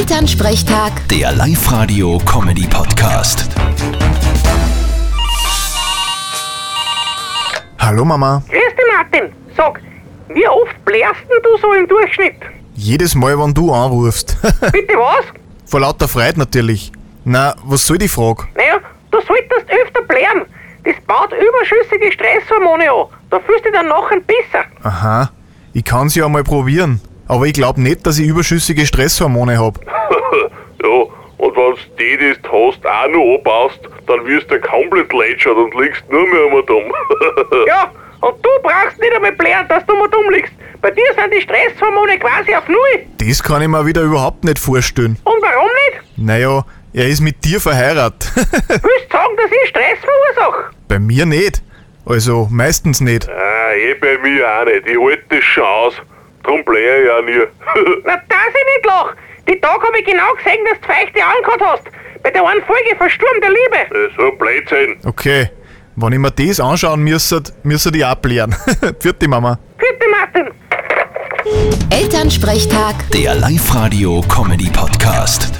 Elternsprechtag, Der Live-Radio-Comedy-Podcast. Hallo Mama. Grüß dich, Martin. Sag, wie oft blärst denn du so im Durchschnitt? Jedes Mal, wenn du anrufst. Bitte was? Vor lauter Freude natürlich. Na, was soll die Frage? Naja, du solltest öfter blären. Das baut überschüssige Stresshormone an. Da fühlst du dich dann nachher besser. Aha, ich kann's ja mal probieren. Aber ich glaube nicht, dass ich überschüssige Stresshormone hab. Ja, und wenn's die, die du hast, auch noch anbaust, dann wirst du komplett lätschert und um. liegst nur mehr einmal dumm. Ja, und du brauchst nicht einmal blären, dass du mal dumm liegst. Bei dir sind die Stresshormone quasi auf Null. Das kann ich mir wieder überhaupt nicht vorstellen. Und warum nicht? Naja, er ist mit dir verheiratet. Willst du sagen, dass ich Stress verursache? Bei mir nicht. Also meistens nicht. ah, eh bei mir auch nicht. Ich halt das schon aus. Drum blähe ich auch nie. Na, dass ich nicht lach. Die Tag habe ich genau gesehen, dass du feuchte angehört hast. Bei der einen Folge von Sturm der Liebe. so Blödsinn. Okay, wenn ich mir das anschauen müsste, müsste ich auch blären. Vierte Mama. Bitte, Martin. Elternsprechtag. Der Live-Radio-Comedy-Podcast.